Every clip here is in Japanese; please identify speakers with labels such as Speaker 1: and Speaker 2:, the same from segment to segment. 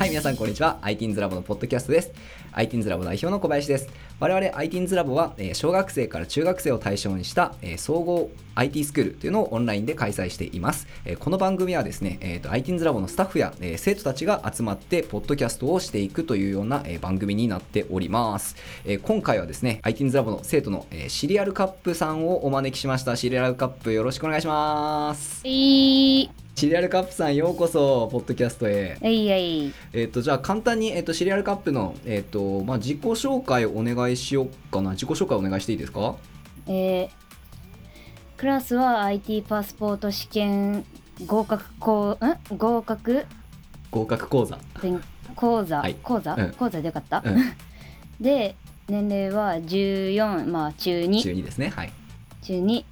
Speaker 1: 皆さんこんにちは iTeens ラボのポッドキャストです iTeens ラボ代表の小林です我々 iTeens ラボはえー小学生から中学生を対象にしたえー総合 IT スクールというのをオンラインで開催していますえーこの番組はですね、えー、と iTeens ラボのスタッフやえー生徒たちが集まってポッドキャストをしていくというようなえー番組になっておりますえー今回はですね iTeens ラボの生徒のえーシリアルカップさんをお招きしましたシリアルカップよろしくお願いします
Speaker 2: えい、
Speaker 1: シリアルカップさんようこそポッドキャストへ
Speaker 2: えいえい。
Speaker 1: えっ、と、じゃあ簡単に、えっ、と、シリアルカップの、えっ、と、まあ、自己紹介お願いしようかな。自己紹介お願いしていいですか
Speaker 2: えークラスは IT パスポート試験合格こうん合格
Speaker 1: 合格講座。
Speaker 2: 勉講座、
Speaker 1: はい
Speaker 2: 講座、
Speaker 1: うん
Speaker 2: 講座でよかった、
Speaker 1: うん。
Speaker 2: で年齢は14まあ中2
Speaker 1: 12ですね。はい。
Speaker 2: 中2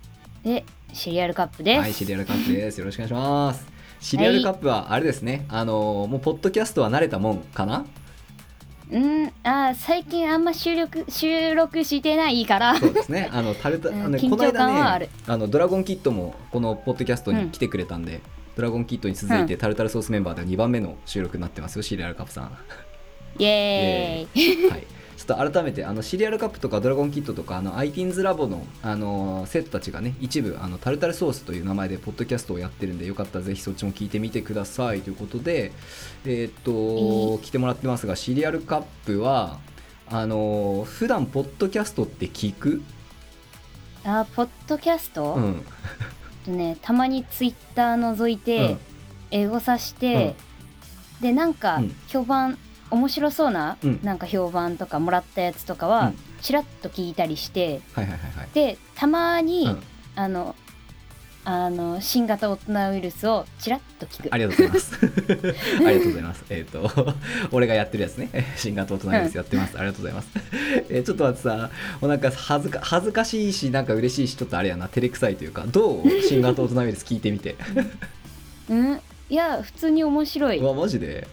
Speaker 2: でシリアルカップです、
Speaker 1: はい、シリアルカップです。よろしくお願いします。シリアルカップは、あれですね。あのーもう、ポッドキャストは慣れたもんかな
Speaker 2: うんあー最近あんま収録収録してない から
Speaker 1: そうです ね。あの、タルタ、あの、
Speaker 2: うん
Speaker 1: この
Speaker 2: 緊張感は
Speaker 1: 間
Speaker 2: あ
Speaker 1: ね
Speaker 2: る、
Speaker 1: あの、ドラゴンキットも、このポッドキャストに来てくれたんで、ドラゴンキットに続いて、タルタルソースメンバーで2番目の収録になってますよ、シリアルカップさん。
Speaker 2: イエーイ
Speaker 1: はい、ちょっと改めてあのシリアルカップとかドラゴンキットとかあの iTeens ラボの、あのー生徒たちがね一部あのタルタルソースという名前でポッドキャストをやってるんでよかったらぜひそっちも聞いてみてくださいということでえーっと、来てもらってますがシリアルカップはあのー普段ポッドキャストって聞く、
Speaker 2: あーポッドキャスト、
Speaker 1: うん
Speaker 2: とねたまにツイッター覗いて、
Speaker 1: うん
Speaker 2: エゴサして、でなんか
Speaker 1: うん
Speaker 2: 評判、面白そうな、
Speaker 1: うん
Speaker 2: なんか評判とかもらったやつとかは、
Speaker 1: うん
Speaker 2: ちらっと聞いたりして
Speaker 1: はいはいはいはい。
Speaker 2: でたまに、
Speaker 1: うん
Speaker 2: あのあの新型オナウイルスをちらっと聞く
Speaker 1: ありがとうござい ます。ありがとうございます。えっ、と、 俺がやってるやつね。 新型大人ですやってます。ありがとうございます。 えーちょっと待ってさ、もうなんか恥ずか恥ずかしいし、なんか嬉しいし、ちょっとあれやな、照れくさいというか、どう新型大人ウイルス聞いてみ て。
Speaker 2: うんいや普通に面白いう
Speaker 1: わ、マジで。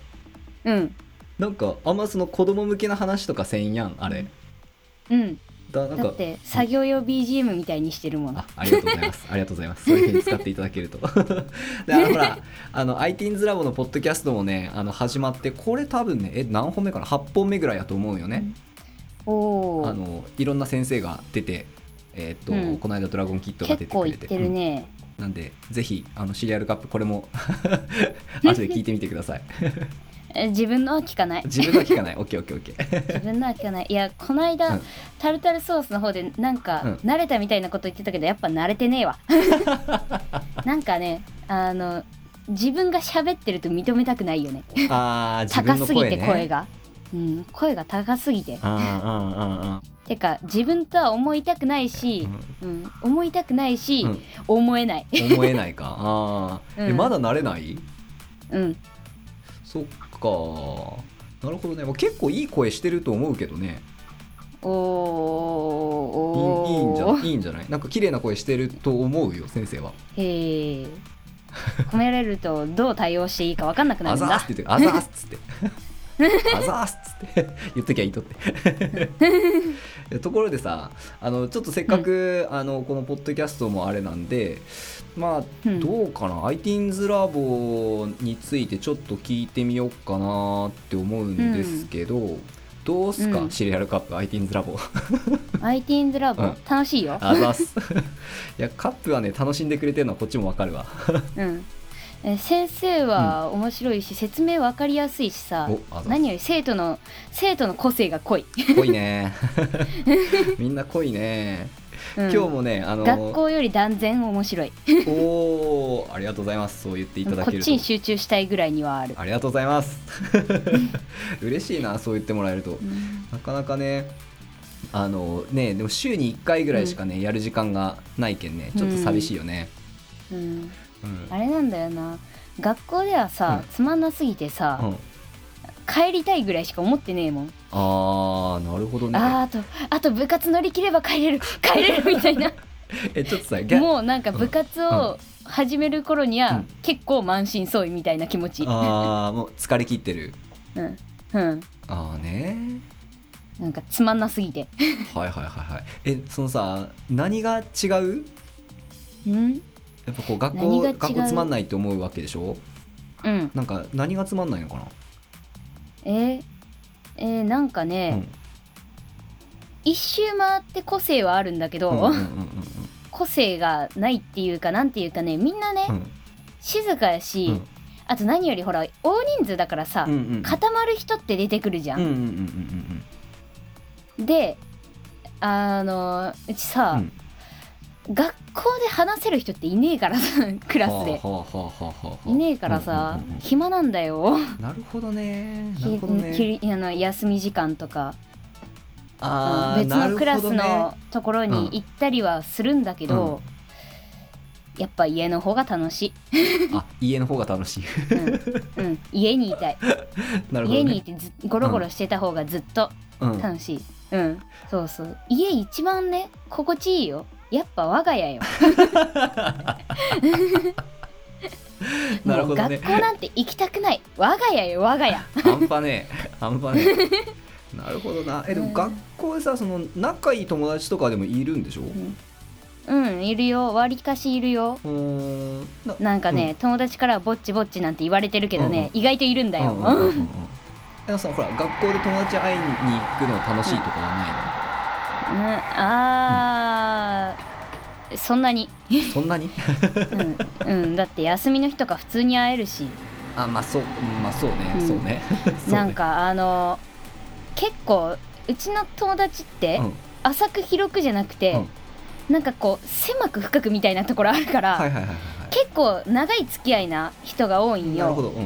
Speaker 2: うん
Speaker 1: なんか、あんまその子供向けの話とかせんやん、あれ。
Speaker 2: うん
Speaker 1: だなん
Speaker 2: だ
Speaker 1: か
Speaker 2: って作業用 BGM みたいにしてるもの
Speaker 1: あありがとうございます。ありがとうございます。そういうふうに使っていただけると。 で、あのほら、あの、iTeens ラボのポッドキャストもね、あの始まって、これ多分ね、え、何本目かな ?8 本目ぐらいやと思うよね。
Speaker 2: お
Speaker 1: あ
Speaker 2: お
Speaker 1: のいろんな先生が出て、えーっと
Speaker 2: うん
Speaker 1: この間「ドラゴンキット」が出
Speaker 2: 結
Speaker 1: てく
Speaker 2: 構
Speaker 1: れ
Speaker 2: いっててるね、
Speaker 1: うんなんでぜひあのシリアルカップこ れも後で聞いてみてください
Speaker 2: え自分のは聞かない
Speaker 1: 自分のは聞かな い OKOKOK
Speaker 2: 自分のは聞かないいやこの間、
Speaker 1: うん
Speaker 2: タルタルソースの方でなんか、
Speaker 1: うん
Speaker 2: 慣れたみたいなこと言ってたけどやっぱ慣れてねえ わなんかねあの自分が喋ってると認めたくないよね
Speaker 1: あー自
Speaker 2: 高
Speaker 1: 分の
Speaker 2: すぎ
Speaker 1: 声
Speaker 2: て
Speaker 1: ね
Speaker 2: 声がうん声が高すぎて
Speaker 1: あー
Speaker 2: てか自分とは思いたくないし、うん、思いたくないし、
Speaker 1: うん
Speaker 2: 思えない
Speaker 1: うんうんうん思えないかあー、え
Speaker 2: うん
Speaker 1: まだ慣れない
Speaker 2: うん
Speaker 1: そっかなるほどねもう結構いい声してると思うけどね
Speaker 2: おーお
Speaker 1: いいいいんじ
Speaker 2: ー
Speaker 1: ゃないいいんじゃないなんか綺麗な声してると思うよ先生は
Speaker 2: へえ褒められるとどう対応していいか分かんなくな
Speaker 1: あ
Speaker 2: るん
Speaker 1: ざ
Speaker 2: だ
Speaker 1: ーすって言って、あざーすっつって。あざーすっつって 言っときゃいいとって。 ところでさ、あのちょっとせっかく、あのこのポッドキャストもあれなんで、まあ、
Speaker 2: うん
Speaker 1: どうかな、iTeens ラボについてちょっと聞いてみようかなって思うんですけど、どうすか、
Speaker 2: うん
Speaker 1: シリアルカップ iTeens ラボ。
Speaker 2: iTeens ラボ、
Speaker 1: うん
Speaker 2: 楽しいよ。
Speaker 1: あざ ーす。いや、カップはね、楽しんでくれてるのはこっちもわかるわ。
Speaker 2: うん、え先生は面白いし、説明わかりやすいしさ
Speaker 1: おあざーす
Speaker 2: 何より生徒の生徒の個性が濃い、
Speaker 1: 濃いね。みんな濃いね。
Speaker 2: うん
Speaker 1: 今日もね、あの
Speaker 2: 学校より断然面白い
Speaker 1: おおありがとうございますそう言っていただ
Speaker 2: こ
Speaker 1: け
Speaker 2: っ
Speaker 1: る
Speaker 2: ち
Speaker 1: と
Speaker 2: に集中したいぐらいにはある、
Speaker 1: ありがとうございます 嬉しいなそう言ってもらえると
Speaker 2: うん
Speaker 1: なかなかねあのねでも週に1回ぐらいしかね、やる時間がないけんねちょっと寂しいよね、
Speaker 2: うん
Speaker 1: うん
Speaker 2: あれなんだよな学校ではさ、
Speaker 1: うん
Speaker 2: つまんなすぎてさ、
Speaker 1: うん
Speaker 2: 帰りたいぐらいしか思ってねえもん、
Speaker 1: あーなるほどね
Speaker 2: あーあとあと部活乗り切れば帰れる 帰れるみたいな
Speaker 1: えちょっとさギャ
Speaker 2: もうなんか部活を始める頃に
Speaker 1: う
Speaker 2: は
Speaker 1: ん
Speaker 2: 結構満身創痍みたいな気持ち、
Speaker 1: あーもう疲れ切ってる
Speaker 2: うん、うん、
Speaker 1: ああね
Speaker 2: なんかつまんなすぎて。
Speaker 1: はいはいはいはいえそのさ何が違う
Speaker 2: うん、
Speaker 1: やっぱこう学
Speaker 2: 何
Speaker 1: 校
Speaker 2: が違う
Speaker 1: 学校つまんないって思うわけでしょ
Speaker 2: うん、
Speaker 1: なんか何がつまんないのかな
Speaker 2: えーえーなんか
Speaker 1: う
Speaker 2: ね、
Speaker 1: ん
Speaker 2: 一周回って個性はあるんだけど、
Speaker 1: うんうんうん
Speaker 2: 個性がないっていうかなんていうかねみんなね、
Speaker 1: うんうん
Speaker 2: 静かやし、
Speaker 1: うん
Speaker 2: あと何よりほら大人数だからさ、
Speaker 1: うんうん
Speaker 2: 固まる人って出てくるじゃ
Speaker 1: うんうん
Speaker 2: ん。
Speaker 1: うんうん
Speaker 2: であのうち
Speaker 1: う
Speaker 2: さ、
Speaker 1: ん
Speaker 2: 学校で話せる人っていねえからさ クラスで。
Speaker 1: はあはあはあはあはあ
Speaker 2: いねえからさ、
Speaker 1: うんうんうんうん
Speaker 2: 暇なんだよ、
Speaker 1: なるほどねなる
Speaker 2: き
Speaker 1: ほどね
Speaker 2: きあの休み時間とか
Speaker 1: あー
Speaker 2: 別
Speaker 1: なる
Speaker 2: の
Speaker 1: ほど
Speaker 2: クラス
Speaker 1: ね
Speaker 2: のところに行ったりはするんだけど、やっぱ家の方が楽し
Speaker 1: あ家の方が楽しい
Speaker 2: い、うんうん、家にいたい、
Speaker 1: なるほど、ね、
Speaker 2: 家にいてずゴロゴロしてた方がずっと
Speaker 1: うん
Speaker 2: 楽しい、うんそうそう家一番ね心地いいよやっぱ我が家よ
Speaker 1: なるほ
Speaker 2: もう
Speaker 1: どね
Speaker 2: 学校なんて行きたくない我が家よ我が家
Speaker 1: 半端ねえ半端ねえなるほどなえで
Speaker 2: う
Speaker 1: も
Speaker 2: ん
Speaker 1: 学校でさその仲いい友達とかでもいるんでしょ
Speaker 2: うんいるよわりかしいるよ
Speaker 1: うーんな
Speaker 2: なんかね、友達からぼっちぼっちなんて言われてるけどね、意外といるんだよ、
Speaker 1: うんうんうんうんうんえでもさほら学校で友達会いに行くの楽しいとかは
Speaker 2: うんあー、そんなに、
Speaker 1: ないのそんなに
Speaker 2: うんうん、だって休みの日とか普通に会えるし、
Speaker 1: あまあそううんまあそうね、
Speaker 2: うん
Speaker 1: そうねそうね
Speaker 2: なんかあの結構うちの友達 って
Speaker 1: うん
Speaker 2: 浅く広くじゃなくて、なんかこう狭く深くみたいなところあるから、
Speaker 1: はいはいはいはいは
Speaker 2: 結構長い付き合いな人が多いん
Speaker 1: いなるほ
Speaker 2: よ
Speaker 1: どうんうんう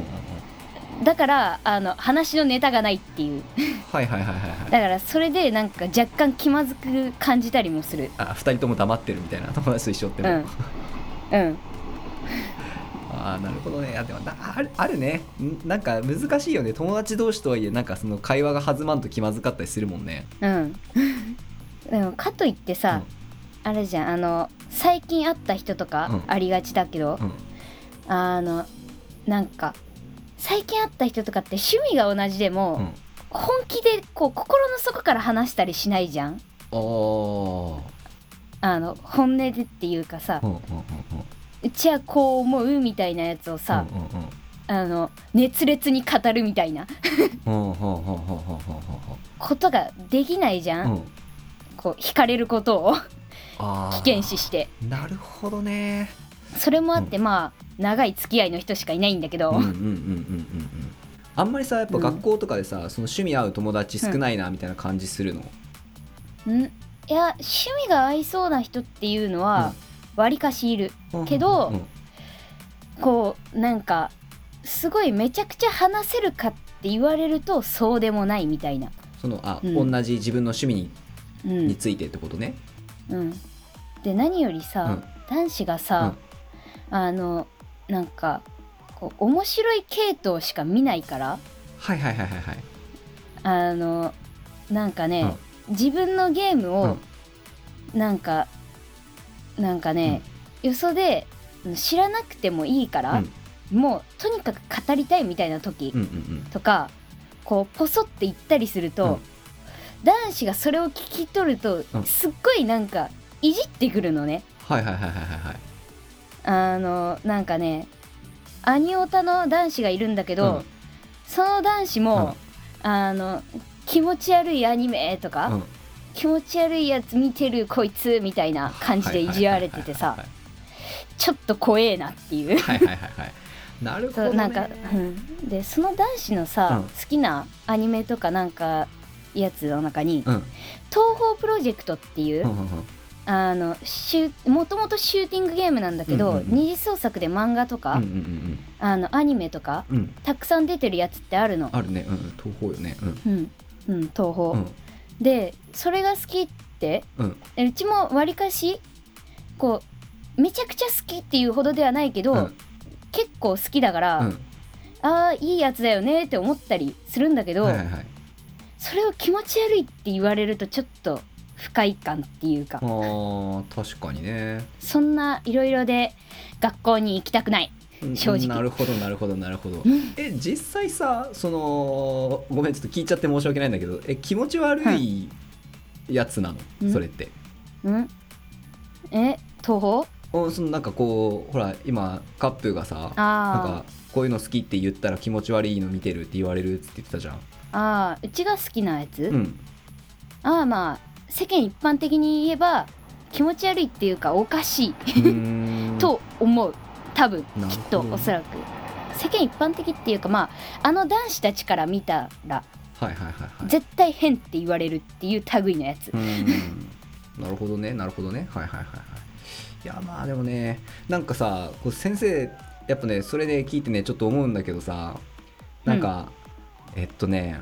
Speaker 1: ん
Speaker 2: だからあの話のネタがないっていう
Speaker 1: はいはいはいはいはい
Speaker 2: だからそれでなんか若干気まずく感じたりもする
Speaker 1: あ二人とも黙ってるみたいな友達と一緒って
Speaker 2: う
Speaker 1: も、
Speaker 2: んうん
Speaker 1: ああなるほどねあでもなあるあるねんなんか難しいよね友達同士とはいえなんかその会話が弾まんと気まずかったりするもんね
Speaker 2: うん でもかといってさ、あれじゃんあの最近会った人と
Speaker 1: う
Speaker 2: か
Speaker 1: ん
Speaker 2: ありがちだけど、
Speaker 1: うん
Speaker 2: あのなんか最近会った人とかって趣味が同じでも、
Speaker 1: うん
Speaker 2: 本気でこう心の底から話したりしないじゃん
Speaker 1: おー
Speaker 2: あの本音でっていうかさ、
Speaker 1: うんうんうんうん
Speaker 2: うちはこう思うみたいなやつをさ、
Speaker 1: うんうんうん
Speaker 2: あの熱烈に語るみたいな
Speaker 1: ほうほうほうほうほうほうほうほ
Speaker 2: ことができないじゃ、
Speaker 1: うんうん
Speaker 2: こう惹かれることを
Speaker 1: あ
Speaker 2: 危
Speaker 1: ー
Speaker 2: 険視して
Speaker 1: なるほどね
Speaker 2: それもあって、まあ長い付き合いの人しかいないんだけど、
Speaker 1: うんうんうんうんうんうんあんまりさやっぱ学校とかでさ、その趣味合う友達少ないなみたいな感じするの、
Speaker 2: んいや趣味が合いそうな人っていうのはわりかしいる、
Speaker 1: うん
Speaker 2: けど
Speaker 1: うん
Speaker 2: こうなんかすごいめちゃくちゃ話せるかって言われるとそうでもないみたいな
Speaker 1: そのあ、
Speaker 2: うん
Speaker 1: 同じ自分の趣味に
Speaker 2: う
Speaker 1: に
Speaker 2: ん、
Speaker 1: ついてってことね、
Speaker 2: うん、で何よりさ、男子がさ、あのなんかこう面白い系統しか見ないから
Speaker 1: はいはいはいはいはい
Speaker 2: あのなんかね、自分のゲームを、なんかなんかね、よそで知らなくてもいいから、もうとにかく語りたいみたいな時
Speaker 1: うんうんうん
Speaker 2: とか、こうポソって言ったりすると、男子がそれを聞き取ると、
Speaker 1: うん
Speaker 2: すっごいなんかいじってくるのね。
Speaker 1: はいはいはいはいはいはい
Speaker 2: あのなんかねアニオタの男子がいるんだけど、
Speaker 1: うん
Speaker 2: その男子も、あの気持ち悪いアニメとか、
Speaker 1: うん
Speaker 2: 気持ち悪いやつ見てるこいつみたいな感じでいじられててさちょっと怖えなって いう
Speaker 1: はいはいはいはい はいなるほ
Speaker 2: そ
Speaker 1: ど
Speaker 2: う
Speaker 1: ね
Speaker 2: なんか、うん、でその男子のさ、
Speaker 1: うん
Speaker 2: 好きなアニメとかなんかやつの中に
Speaker 1: うん
Speaker 2: 「東方プロジェクト」っていう、
Speaker 1: うんうんうん
Speaker 2: あのシュもともとシューティングゲームなんだけど、
Speaker 1: うんうんうん
Speaker 2: 二次創作で漫画とか、
Speaker 1: うんうん
Speaker 2: あのアニメとか
Speaker 1: うんうん
Speaker 2: たくさん出てるやつってあるの。
Speaker 1: あるねうんうん東方よねうん
Speaker 2: うん、うん、東宝、
Speaker 1: うん
Speaker 2: でそれが好きって
Speaker 1: うん
Speaker 2: うちもわりかしこうめちゃくちゃ好きっていうほどではないけど、
Speaker 1: うん
Speaker 2: 結構好きだから、
Speaker 1: うん
Speaker 2: ああいいやつだよねって思ったりするんだけど、
Speaker 1: はいはいはい
Speaker 2: それを気持ち悪いって言われるとちょっと不快感っていうか
Speaker 1: あー確かにね
Speaker 2: そんないろいろで学校に行きたくない。
Speaker 1: うん
Speaker 2: 正直
Speaker 1: なるほどなるほどなるほど
Speaker 2: うん
Speaker 1: え実際さそのごめんちょっと聞いちゃって申し訳ないんだけどえ気持ち悪
Speaker 2: はい
Speaker 1: やつなの
Speaker 2: うん
Speaker 1: それって
Speaker 2: うんえ東宝
Speaker 1: おそのなんかこうほら今カップがさなん
Speaker 2: あ
Speaker 1: かこういうの好きって言ったら気持ち悪いの見てるって言われるって言ってたじゃん。
Speaker 2: あああうちが好きなやつ、
Speaker 1: うん、
Speaker 2: ああまあ世間一般的に言えば気持ち悪いっていうかおかしい
Speaker 1: うーん
Speaker 2: と思う多分
Speaker 1: なる
Speaker 2: きっ
Speaker 1: ほ
Speaker 2: と
Speaker 1: ど
Speaker 2: おそらく世間一般的っていうかまああの男子たちから見たら
Speaker 1: はいはいはいはい。
Speaker 2: 絶対変って言われるっていう類のやつ
Speaker 1: うーんなるほどねなるほどねはいはいはいはいいやまあでもねなんかさこう先生やっぱねそれで聞いてねちょっと思うんだけどさなんか、えっとね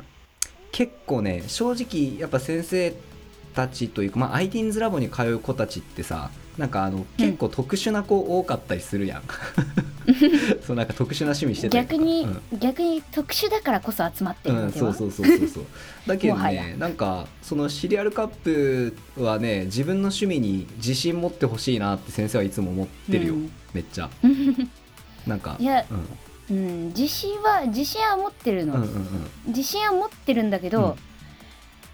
Speaker 1: 結構ね正直やっぱ先生たちというか、まあ、ITINS ラボに通う子たちってさなんかあの結構特殊な子多かったりするやん、 そうなんか特殊な趣味してたりと
Speaker 2: 逆
Speaker 1: か
Speaker 2: に、
Speaker 1: うん
Speaker 2: 逆に特殊だからこそ集まってる
Speaker 1: うんん、
Speaker 2: では、
Speaker 1: そうそうそうそ うそうだけど
Speaker 2: もは
Speaker 1: ね
Speaker 2: や
Speaker 1: なんかそのシリアルカップはね自分の趣味に自信持ってほしいなって先生はいつも思ってるよ、
Speaker 2: うん
Speaker 1: めっちゃなんか
Speaker 2: いや、
Speaker 1: うん、
Speaker 2: うん、自信は自信は持ってるの、
Speaker 1: うんうん
Speaker 2: 自信は持ってるんだけど、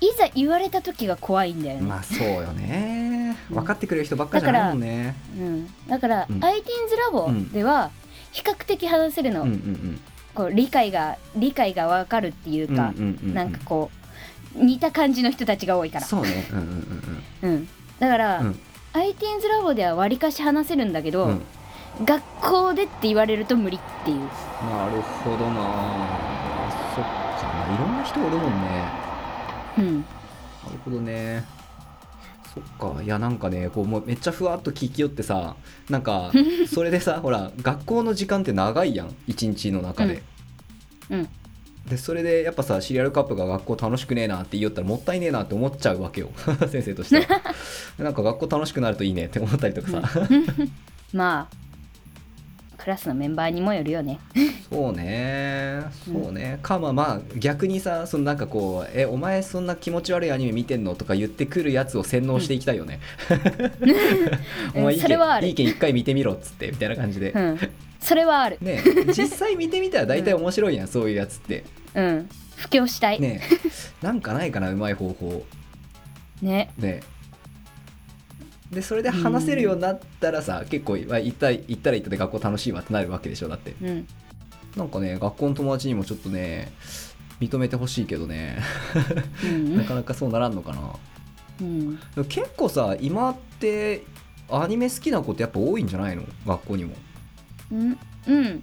Speaker 2: いざ言われた時が怖いんだよ
Speaker 1: うん
Speaker 2: ね、
Speaker 1: まあそうよね
Speaker 2: うん
Speaker 1: 分かってくれる人ばっかりじゃないもんね
Speaker 2: うん、だから、
Speaker 1: うん
Speaker 2: ITINS ラボでは比較的話せるの、
Speaker 1: うんうん
Speaker 2: こう理解が理解がわかるっていう
Speaker 1: う
Speaker 2: か、
Speaker 1: んう
Speaker 2: なんかこう似た感じの人たちが多いから
Speaker 1: そうねうんうんうん
Speaker 2: うん、だから、
Speaker 1: うん
Speaker 2: ITINS ラボではわりかし話せるんだけど、
Speaker 1: うんうん
Speaker 2: 学校でって言われると無理っていう
Speaker 1: なるほどなそっかいろんな人おるもんね
Speaker 2: うん
Speaker 1: なるほどね。そっかいやなんかねこうもうめっちゃふわっと聞きよってさなん かそれでさほら学校の時間って長いやん一日の中で、
Speaker 2: うん
Speaker 1: でそれでやっぱさシリアルカップが学校楽しくねえなって言いよったらもったいねえなって思っちゃうわけよ 先生として はなんか学校楽しくなるといいねって思ったりとかさ、
Speaker 2: まあクラスのメンバーにもよるよね
Speaker 1: そうねそうね、かまあまあ逆にさそのなんかこう「えお前そんな気持ち悪いアニメ見てんの?」とか言ってくるやつを洗脳していきたいよね。
Speaker 2: うん
Speaker 1: お前いい
Speaker 2: それ
Speaker 1: け
Speaker 2: はある
Speaker 1: んいいけん一回見てみろっつってみたいな感じで
Speaker 2: う。んそれはある
Speaker 1: ね実際見てみたら大体面白いやんそういうやつって。
Speaker 2: うん布教したいね
Speaker 1: ねなんかないかなうまい方法。ねでそれで話せるようになったらさ結構あ行った行ったら行ったで学校楽しいわってなるわけでしょだって。
Speaker 2: うん
Speaker 1: なんかね学校の友達にもちょっとね認めてほしいけどね。
Speaker 2: う
Speaker 1: なんかなかそうならんのかな
Speaker 2: うん
Speaker 1: でも結構さ今ってアニメ好きな子ってやっぱ多いんじゃないの学校にも
Speaker 2: うんうん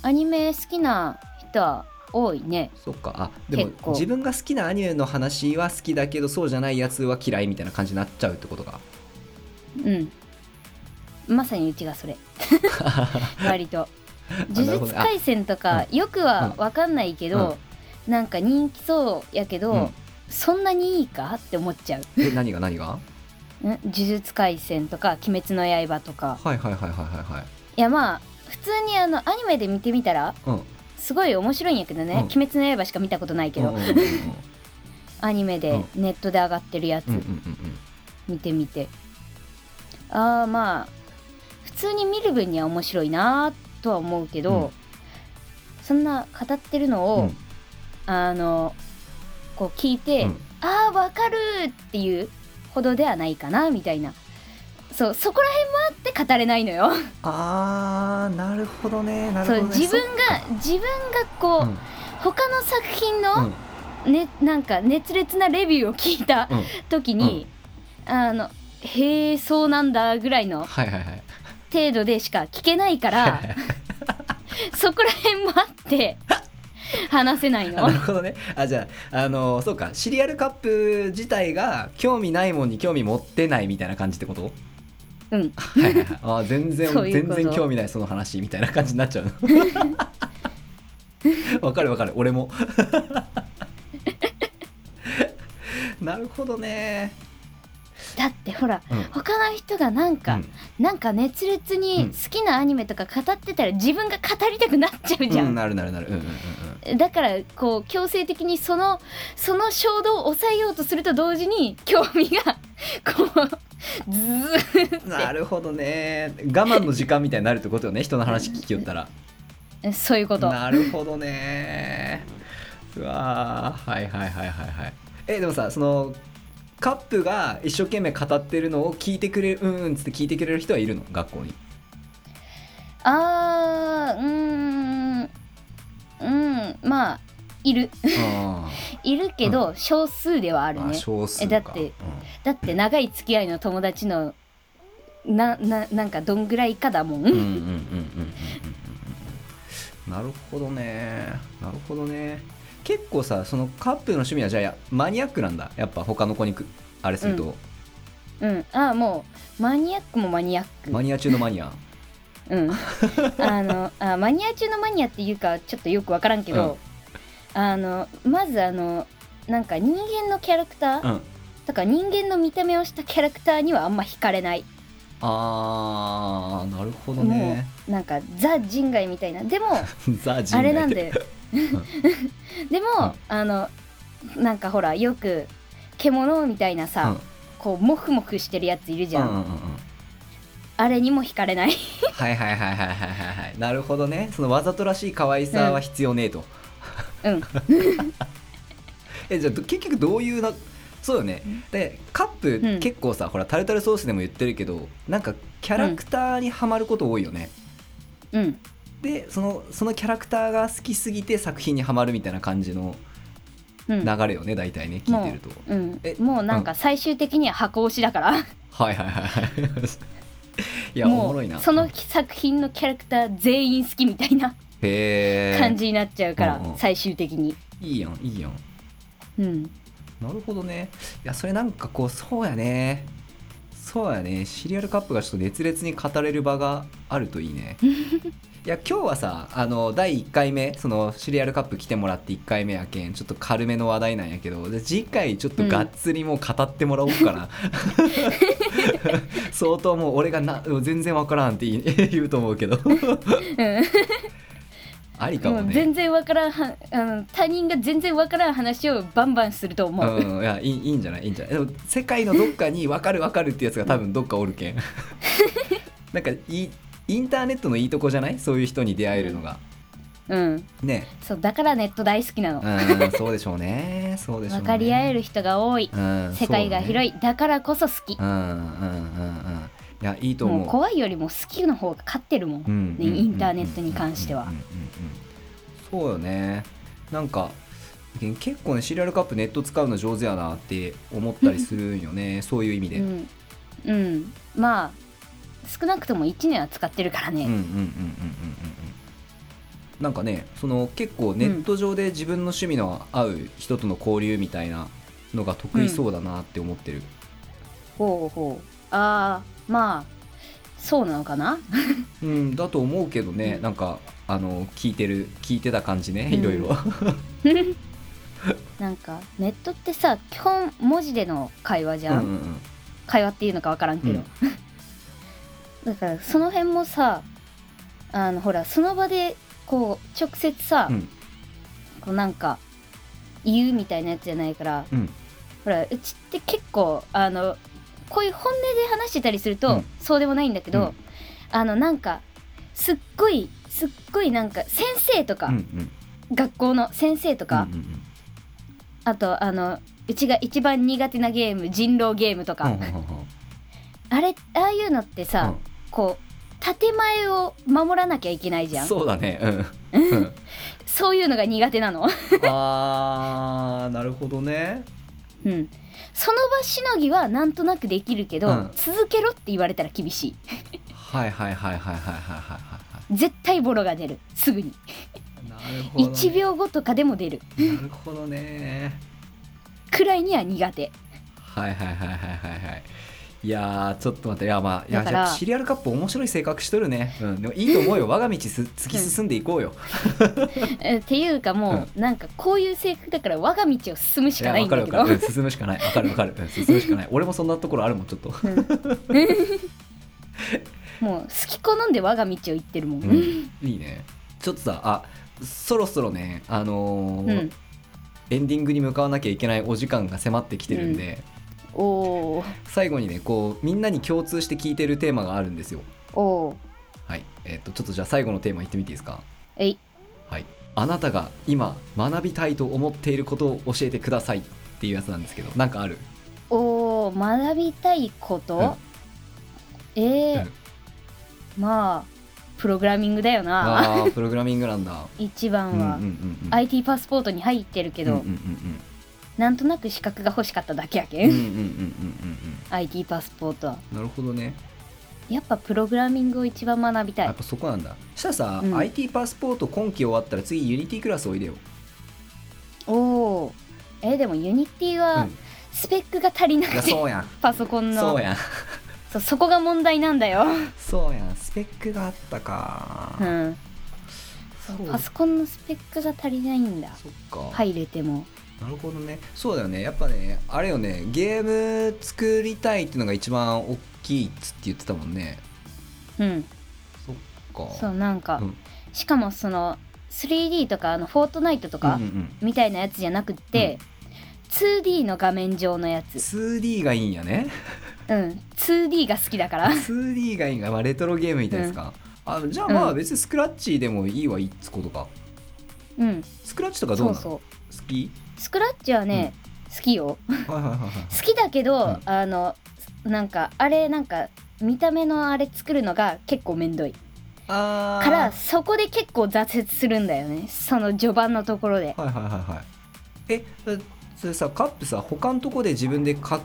Speaker 2: アニメ好きな人は多いね
Speaker 1: そっかあでも
Speaker 2: 結構
Speaker 1: 自分が好きなアニメの話は好きだけどそうじゃないやつは嫌いみたいな感じになっちゃうってことか
Speaker 2: うんまさにうちが それ割と
Speaker 1: な
Speaker 2: 呪
Speaker 1: るほど
Speaker 2: 術廻戦とかよくは分かんないけど、なんか人気そうやけど、
Speaker 1: うん
Speaker 2: そんなにいいかって思っちゃう
Speaker 1: え何が何が
Speaker 2: ん呪術廻戦とか「鬼滅の刃」とか
Speaker 1: はいはいはいはいはいはい
Speaker 2: いやまあ普通にあのアニメで見てみたら
Speaker 1: うん
Speaker 2: すごい面白いんやけどね
Speaker 1: うん
Speaker 2: 「鬼滅の刃」しか見たことないけど、
Speaker 1: うんうんうんうん
Speaker 2: アニメでネットで上がってるやつ
Speaker 1: うんうんうん
Speaker 2: 見てみて、ああまあ普通に見る分には面白いなとは思うけど、
Speaker 1: うん
Speaker 2: そんな語ってるのを、
Speaker 1: うん
Speaker 2: あのこう聞いて、
Speaker 1: うん
Speaker 2: ああわかるっていうほどではないかなみたいなそうそこら辺もあって語れないのよ。
Speaker 1: あーなるほどねなる
Speaker 2: そ
Speaker 1: ほ
Speaker 2: う
Speaker 1: どね
Speaker 2: 自分が自分がこう、
Speaker 1: うん
Speaker 2: 他の作品
Speaker 1: うん
Speaker 2: の、ねなんか熱烈なレビューを聞いた
Speaker 1: うん
Speaker 2: 時に、あのへえそうなんだぐらいの
Speaker 1: はいはいはい
Speaker 2: 程度でしか聞けないから そこら辺もあって話せない
Speaker 1: あ
Speaker 2: の
Speaker 1: なるほどねあじゃああのそうかシリアルカップ自体が興味ないもんに興味持ってないみたいな感じっ てこと
Speaker 2: うん
Speaker 1: はいはいはい、あー全然
Speaker 2: そういう
Speaker 1: 全
Speaker 2: こと
Speaker 1: 然興味ないその話みたいな感じになっちゃうのわかるわかる俺も なるほどね
Speaker 2: だってほら
Speaker 1: うん
Speaker 2: 他の人がなんか、なんか熱烈
Speaker 1: うん
Speaker 2: に好きなアニメとか語ってたら自分が語りたくなっちゃうじゃ
Speaker 1: うん
Speaker 2: ん、
Speaker 1: なるなるなるうんうんうんうん
Speaker 2: だからこう強制的にそのその衝動を抑えようとすると同時に興味がこうずー
Speaker 1: なるほどね我慢の時間みたいになるってことよね人の話聞きよったら
Speaker 2: そういうこと
Speaker 1: なるほどねうわーはいはいはいはいはいえでもさそのカップが一生懸命語ってるのを聞いてくれるうんうんっつって聞いてくれる人はいるの学校に
Speaker 2: あーうーんうんまあいる
Speaker 1: あー
Speaker 2: いるけど、少数ではある
Speaker 1: あ
Speaker 2: ね
Speaker 1: 少数
Speaker 2: え
Speaker 1: か
Speaker 2: だってだって長い付き合いの友達のなななんかどんぐらいかだもん、
Speaker 1: うんうんうんうんうんうんうんうんなるほどねなるほどね結構さそのカップルの趣味はじゃあやマニアックなんだやっぱ他の子にくあれすると、
Speaker 2: うん、ああもうマニアックもマニアック、
Speaker 1: マニア中のマニア
Speaker 2: うん あのあマニア中のマニアっていうかちょっとよく分からんけど、あのまずあのなんか人間のキャラクター、
Speaker 1: うん
Speaker 2: とか人間の見た目をしたキャラクターにはあんま惹かれない、
Speaker 1: あーなるほど
Speaker 2: も
Speaker 1: ね
Speaker 2: うなんかザ人外みたいなでも
Speaker 1: ザ人
Speaker 2: あ
Speaker 1: 外
Speaker 2: れなんででも、
Speaker 1: うん
Speaker 2: あのなんかほらよく獣みたいな
Speaker 1: うん
Speaker 2: さ、こうモフモフしてるやついるじゃん、
Speaker 1: うんうんうんうん
Speaker 2: あれにも惹かれ ない
Speaker 1: はいはいはいはいはいはいはいなるほどねそのわざとらしい可愛さは必要ね えと、
Speaker 2: うん
Speaker 1: えじゃあど結局どういうなそうよねでカップ、
Speaker 2: うん
Speaker 1: 結構さほらタルタルソースでも言ってるけどなんかキャラクターにはまること多いよね、
Speaker 2: うん
Speaker 1: でそのそのキャラクターが好きすぎて作品にはまるみたいな感じの
Speaker 2: うん
Speaker 1: 流れよね、大体ね聞い
Speaker 2: も
Speaker 1: てると
Speaker 2: う、うん
Speaker 1: え、
Speaker 2: もうなんか最終的には箱推しだから
Speaker 1: はいはいはいはい いやお
Speaker 2: も
Speaker 1: もろいな
Speaker 2: うその作品のキャラクター全員好きみたいな
Speaker 1: へー
Speaker 2: 感じになっちゃうから、
Speaker 1: うんうん
Speaker 2: 最終的に
Speaker 1: いいやんいいやん
Speaker 2: うん
Speaker 1: なるほどねいやそれなんかこうそうやねそうやねシリアルカップがちょっと熱烈に語れる場があるとい いねいや今日はさあの第1回目そのシリアルカップ来てもらって1回目やけんちょっと軽めの話題なんやけどじゃあ次回ちょっとがっつりもう語ってもらおうかな、 相当もう俺がな全然わからんって言い言うと思う けどありかも
Speaker 2: もう
Speaker 1: ね
Speaker 2: 全然わからんはあの他人が全然わからん話をバンバンすると思う、
Speaker 1: うん、いやいいいいんじゃないいいんじゃないでも世界のどっかに分かる分かるってやつが多分どっかおる けんなんかいいインターネットのいいとこじゃないそういう人に出会えるのが、
Speaker 2: うん
Speaker 1: ね
Speaker 2: そうだからネット大好きなの
Speaker 1: う
Speaker 2: わ、
Speaker 1: んそうでしょうねそうでしょうね
Speaker 2: かり合え
Speaker 1: る、
Speaker 2: る人が多い、
Speaker 1: うん、
Speaker 2: 世界が広
Speaker 1: い
Speaker 2: いだ,、からこそ好き
Speaker 1: う、んうんうんうんいやいいと思う
Speaker 2: もう怖いよりも好きの方が勝ってるもん、
Speaker 1: うん
Speaker 2: ね
Speaker 1: うんうん
Speaker 2: インターネットに関しては
Speaker 1: うんうんうんうんそうよねなんか結構ねシリアルカップネット使うの上手やなって思ったりするんよねそういう意味で、
Speaker 2: うん、うん、まあ少なくとも1年は使ってるから
Speaker 1: うんうん
Speaker 2: ね
Speaker 1: うんうんうんうんうんなんかねその結構ネット上で自分の趣味の合う人との交流みたいなのが得意そうだなって思ってる、
Speaker 2: ほうほうああまあそうなのかな
Speaker 1: うんだと思うけどね、
Speaker 2: うん
Speaker 1: なんかあの聞いてる聞いてた感じね
Speaker 2: うん
Speaker 1: いろいろ、
Speaker 2: なんかネットってさ基本文字での会話じ
Speaker 1: うんう
Speaker 2: ゃ
Speaker 1: ん
Speaker 2: ん、
Speaker 1: うん
Speaker 2: 会話っていうのか分からんけど、
Speaker 1: う
Speaker 2: だ
Speaker 1: ん
Speaker 2: からその辺もさあのほらその場でこう直接さ、
Speaker 1: うん
Speaker 2: こうなんか言うみたいなやつじゃないから
Speaker 1: うん
Speaker 2: ほらうちって結構あのこういう本音で話してたりすると、
Speaker 1: うん
Speaker 2: そうでもないんだけど、
Speaker 1: うん
Speaker 2: あのなんかすっごいすっごいなんか先生とか、
Speaker 1: うんうん
Speaker 2: 学校の先生とか、
Speaker 1: うんうん
Speaker 2: あとあのうちが一番苦手なゲーム人狼ゲームとか、
Speaker 1: うんうんうんうん
Speaker 2: あれああいうのってさ、こう建前を守らなきゃいけないじ
Speaker 1: う
Speaker 2: ゃ
Speaker 1: ん
Speaker 2: んそう
Speaker 1: そうだねうん、うん、
Speaker 2: いうのが苦手なの、
Speaker 1: あーなるほどね
Speaker 2: うん、その場しのぎはなんとなくできるけど、
Speaker 1: うん
Speaker 2: 続けろって言われたら厳しい
Speaker 1: はいはいはいはいはいはいはいはいは
Speaker 2: 絶対ボロが出るすぐに
Speaker 1: いなるほど、ね、
Speaker 2: 1秒後とかでも出る
Speaker 1: なるほどね
Speaker 2: くらいには苦手
Speaker 1: はいはいはいはいはいはいいやーちょっと待っていやまあいや
Speaker 2: だか
Speaker 1: じ
Speaker 2: ら
Speaker 1: ゃあシリアルカップ面白い性格しとるね、うん、でもいいと思う よ我が道す突き進んでいこうよ、
Speaker 2: えっていうかもうなんかこういう性格だから我が道を進むし
Speaker 1: い
Speaker 2: か
Speaker 1: や
Speaker 2: ない
Speaker 1: 分
Speaker 2: ん
Speaker 1: か
Speaker 2: だ
Speaker 1: る
Speaker 2: け
Speaker 1: 分
Speaker 2: ど
Speaker 1: かる、うん進むしかない分かる分かる、うん進む しかない俺もそんなところあるもんちょっと、
Speaker 2: もう好き好んで我が道を行ってるもん、
Speaker 1: うん、いいねちょっとさあそろそろねあの
Speaker 2: う
Speaker 1: ー
Speaker 2: ん
Speaker 1: エンディングに向かわなきゃいけないお時間が迫ってきてるんで、
Speaker 2: おー
Speaker 1: 最後にねこうみんなに共通して聞いてるテーマがあるんですよ
Speaker 2: おー
Speaker 1: はいえっとちょっとじゃあ最後のテーマいってみていいですか
Speaker 2: えい
Speaker 1: はい、あなたが今学びたいと思っていることを教えてくださいっていうやつなんですけどなんかある
Speaker 2: おを学びたいこと、えー
Speaker 1: うん
Speaker 2: まあプログラミングだよな
Speaker 1: ああ、プログラミングなん だ。
Speaker 2: 一
Speaker 1: う
Speaker 2: 番
Speaker 1: んうん
Speaker 2: は、
Speaker 1: うんうん。
Speaker 2: IT パスポートに入ってるけ
Speaker 1: うん
Speaker 2: ど、
Speaker 1: うんうん
Speaker 2: なんとなく資格が欲しかっただけやけ、
Speaker 1: うん。うんんうんうんうんうん
Speaker 2: IT パスポートは
Speaker 1: うん。なるほどね。
Speaker 2: やっぱプログラミングを一番学びた
Speaker 1: やっ
Speaker 2: い
Speaker 1: ぱそこなんだ。したらさ
Speaker 2: う、ん
Speaker 1: IT パスポート今期終わったら次ユニティクラスおいでよ。
Speaker 2: おおーえーでもユニティは
Speaker 1: う。
Speaker 2: スペックが足りなん
Speaker 1: いや、
Speaker 2: くて、
Speaker 1: そうやん。
Speaker 2: パソコンの
Speaker 1: そうやん。
Speaker 2: そうそこが問題なんだよ、
Speaker 1: そうやん。スペックがあった
Speaker 2: う
Speaker 1: か。
Speaker 2: ん、
Speaker 1: そう
Speaker 2: パソコンのスペックが足りないんだ
Speaker 1: そっか。
Speaker 2: 入れても
Speaker 1: なるほどねそうだよねやっぱねあれよねゲーム作りたいっていうのが一番大きいっつって言ってたもんね
Speaker 2: うん
Speaker 1: そっか
Speaker 2: そうなんか、
Speaker 1: うん
Speaker 2: しかもその 3D とかあのフォートナイトとか
Speaker 1: うんうんうん、
Speaker 2: みたいなやつじゃなくって、2D の画面上のやつ
Speaker 1: 2D がいいんや ね
Speaker 2: うん 2D が好きだから
Speaker 1: 2D がいいんがまあレトロゲームみたいです か、あじゃあまあ
Speaker 2: うん
Speaker 1: 別にスクラッチでもいいわいいっつことか
Speaker 2: うん
Speaker 1: スクラッチとかどう
Speaker 2: そ
Speaker 1: な
Speaker 2: う
Speaker 1: の
Speaker 2: そ
Speaker 1: 好き
Speaker 2: うスクラッチはね、好きよ
Speaker 1: はいはいはいはい
Speaker 2: 好きだけど、
Speaker 1: うん
Speaker 2: あのなんかあれなんか見た目のあれ作るのが結構めんどい
Speaker 1: あー
Speaker 2: からそこで結構挫折するんだよねその序盤のところで
Speaker 1: はいはいはいはいえそれさカップさ他のとこで自分でか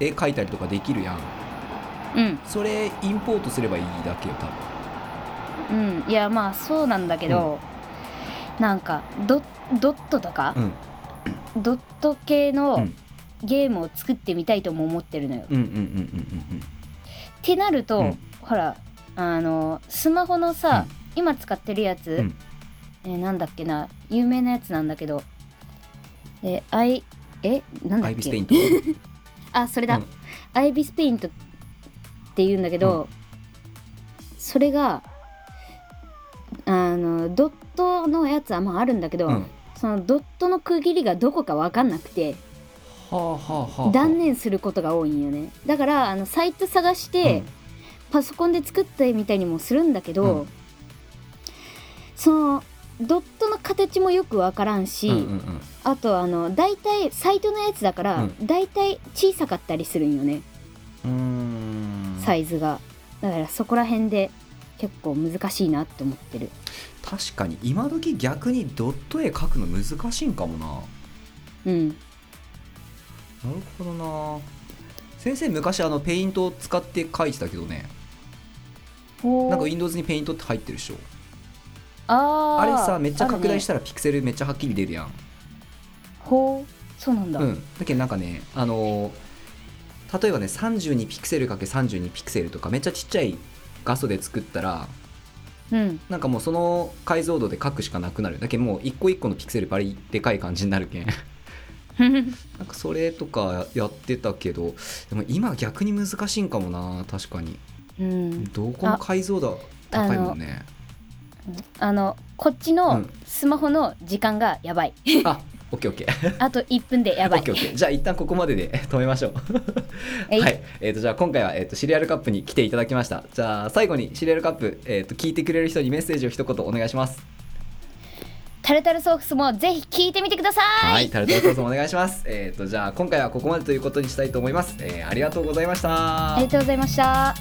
Speaker 1: 絵描いたりとかできるやん
Speaker 2: うん
Speaker 1: それインポートすればいいだけよ多分
Speaker 2: うんいやまあそうなんだけど、なんかドドットとか、
Speaker 1: うん
Speaker 2: ドット系
Speaker 1: う
Speaker 2: の
Speaker 1: ん
Speaker 2: ゲームを作ってみたいとも思ってるのよ。
Speaker 1: うんうんうんうん
Speaker 2: ってなると、
Speaker 1: うん
Speaker 2: ほらあのスマホのさ、今使ってるやつ、
Speaker 1: ん
Speaker 2: えーなんだっけな有名なやつなんだけどえアイえな
Speaker 1: うんん。
Speaker 2: だ
Speaker 1: ア
Speaker 2: っ
Speaker 1: イビスペイ
Speaker 2: け
Speaker 1: ント。
Speaker 2: あそれだ、
Speaker 1: うん
Speaker 2: アイビスペイントって言うんだけど、それがあのドットのやつはまああるんだけど、
Speaker 1: うん。は
Speaker 2: そのドットの区切りがどこか分かんなくて。
Speaker 1: あはあはあ。
Speaker 2: 断念することが多いんよねだからあのサイト探して、パソコンで作ってみたいにもするんだけど、
Speaker 1: うん
Speaker 2: そのドットの形もよくわからんし、
Speaker 1: うん。うんうんうん。
Speaker 2: あとあの大体サイトのやつだから、
Speaker 1: う
Speaker 2: 大体小さかったりするんよね
Speaker 1: うーん
Speaker 2: サイズが、だからそこら辺で結構難しいなって思ってる
Speaker 1: 確かに今時逆にドット絵描くの難しいんかもな
Speaker 2: うん
Speaker 1: なるほどな先生昔あのペイントを使って描いてたけどねなんか Windows にペイントって入ってるでしょ
Speaker 2: あ
Speaker 1: あれさめっちゃ拡大したたらピクセルめっちゃはっきり出るやん
Speaker 2: ほうそうなんだ、
Speaker 1: うん、だけどなんかね、あのー例えばね32ピクセル ×32 ピクセルとかめっちゃちっちゃい画素で作ったら
Speaker 2: うん
Speaker 1: なんかもうその解像度で書くしかなくなるだけどもう一個一個のピクセルパリでかい感じになるけんなんかそれとかやってたけどでも今逆に難しいんかもな確かに
Speaker 2: うん
Speaker 1: どこの解像度高いもんね
Speaker 2: あのこっち
Speaker 1: う
Speaker 2: の
Speaker 1: ん
Speaker 2: スマホの時間がやばい
Speaker 1: あオッケーオッケー
Speaker 2: あと1分でやば
Speaker 1: オ
Speaker 2: い
Speaker 1: ッケーオッケーじゃあ一旦ここまでで 止めましょう
Speaker 2: えい
Speaker 1: はい、えー、とじゃあ今回は、えー、とシリアルカップに来ていただきましたじゃあ最後にシリアルカップ、えー、と聞いてくれる人にメッセージを一言お願いします
Speaker 2: タルタルソースもぜひ聞いてみてください、
Speaker 1: はいタルトルソースもお願いしますえっとじゃあ今回はここまでということにしたいと思います、えーありがとうございました
Speaker 2: ありがとうございました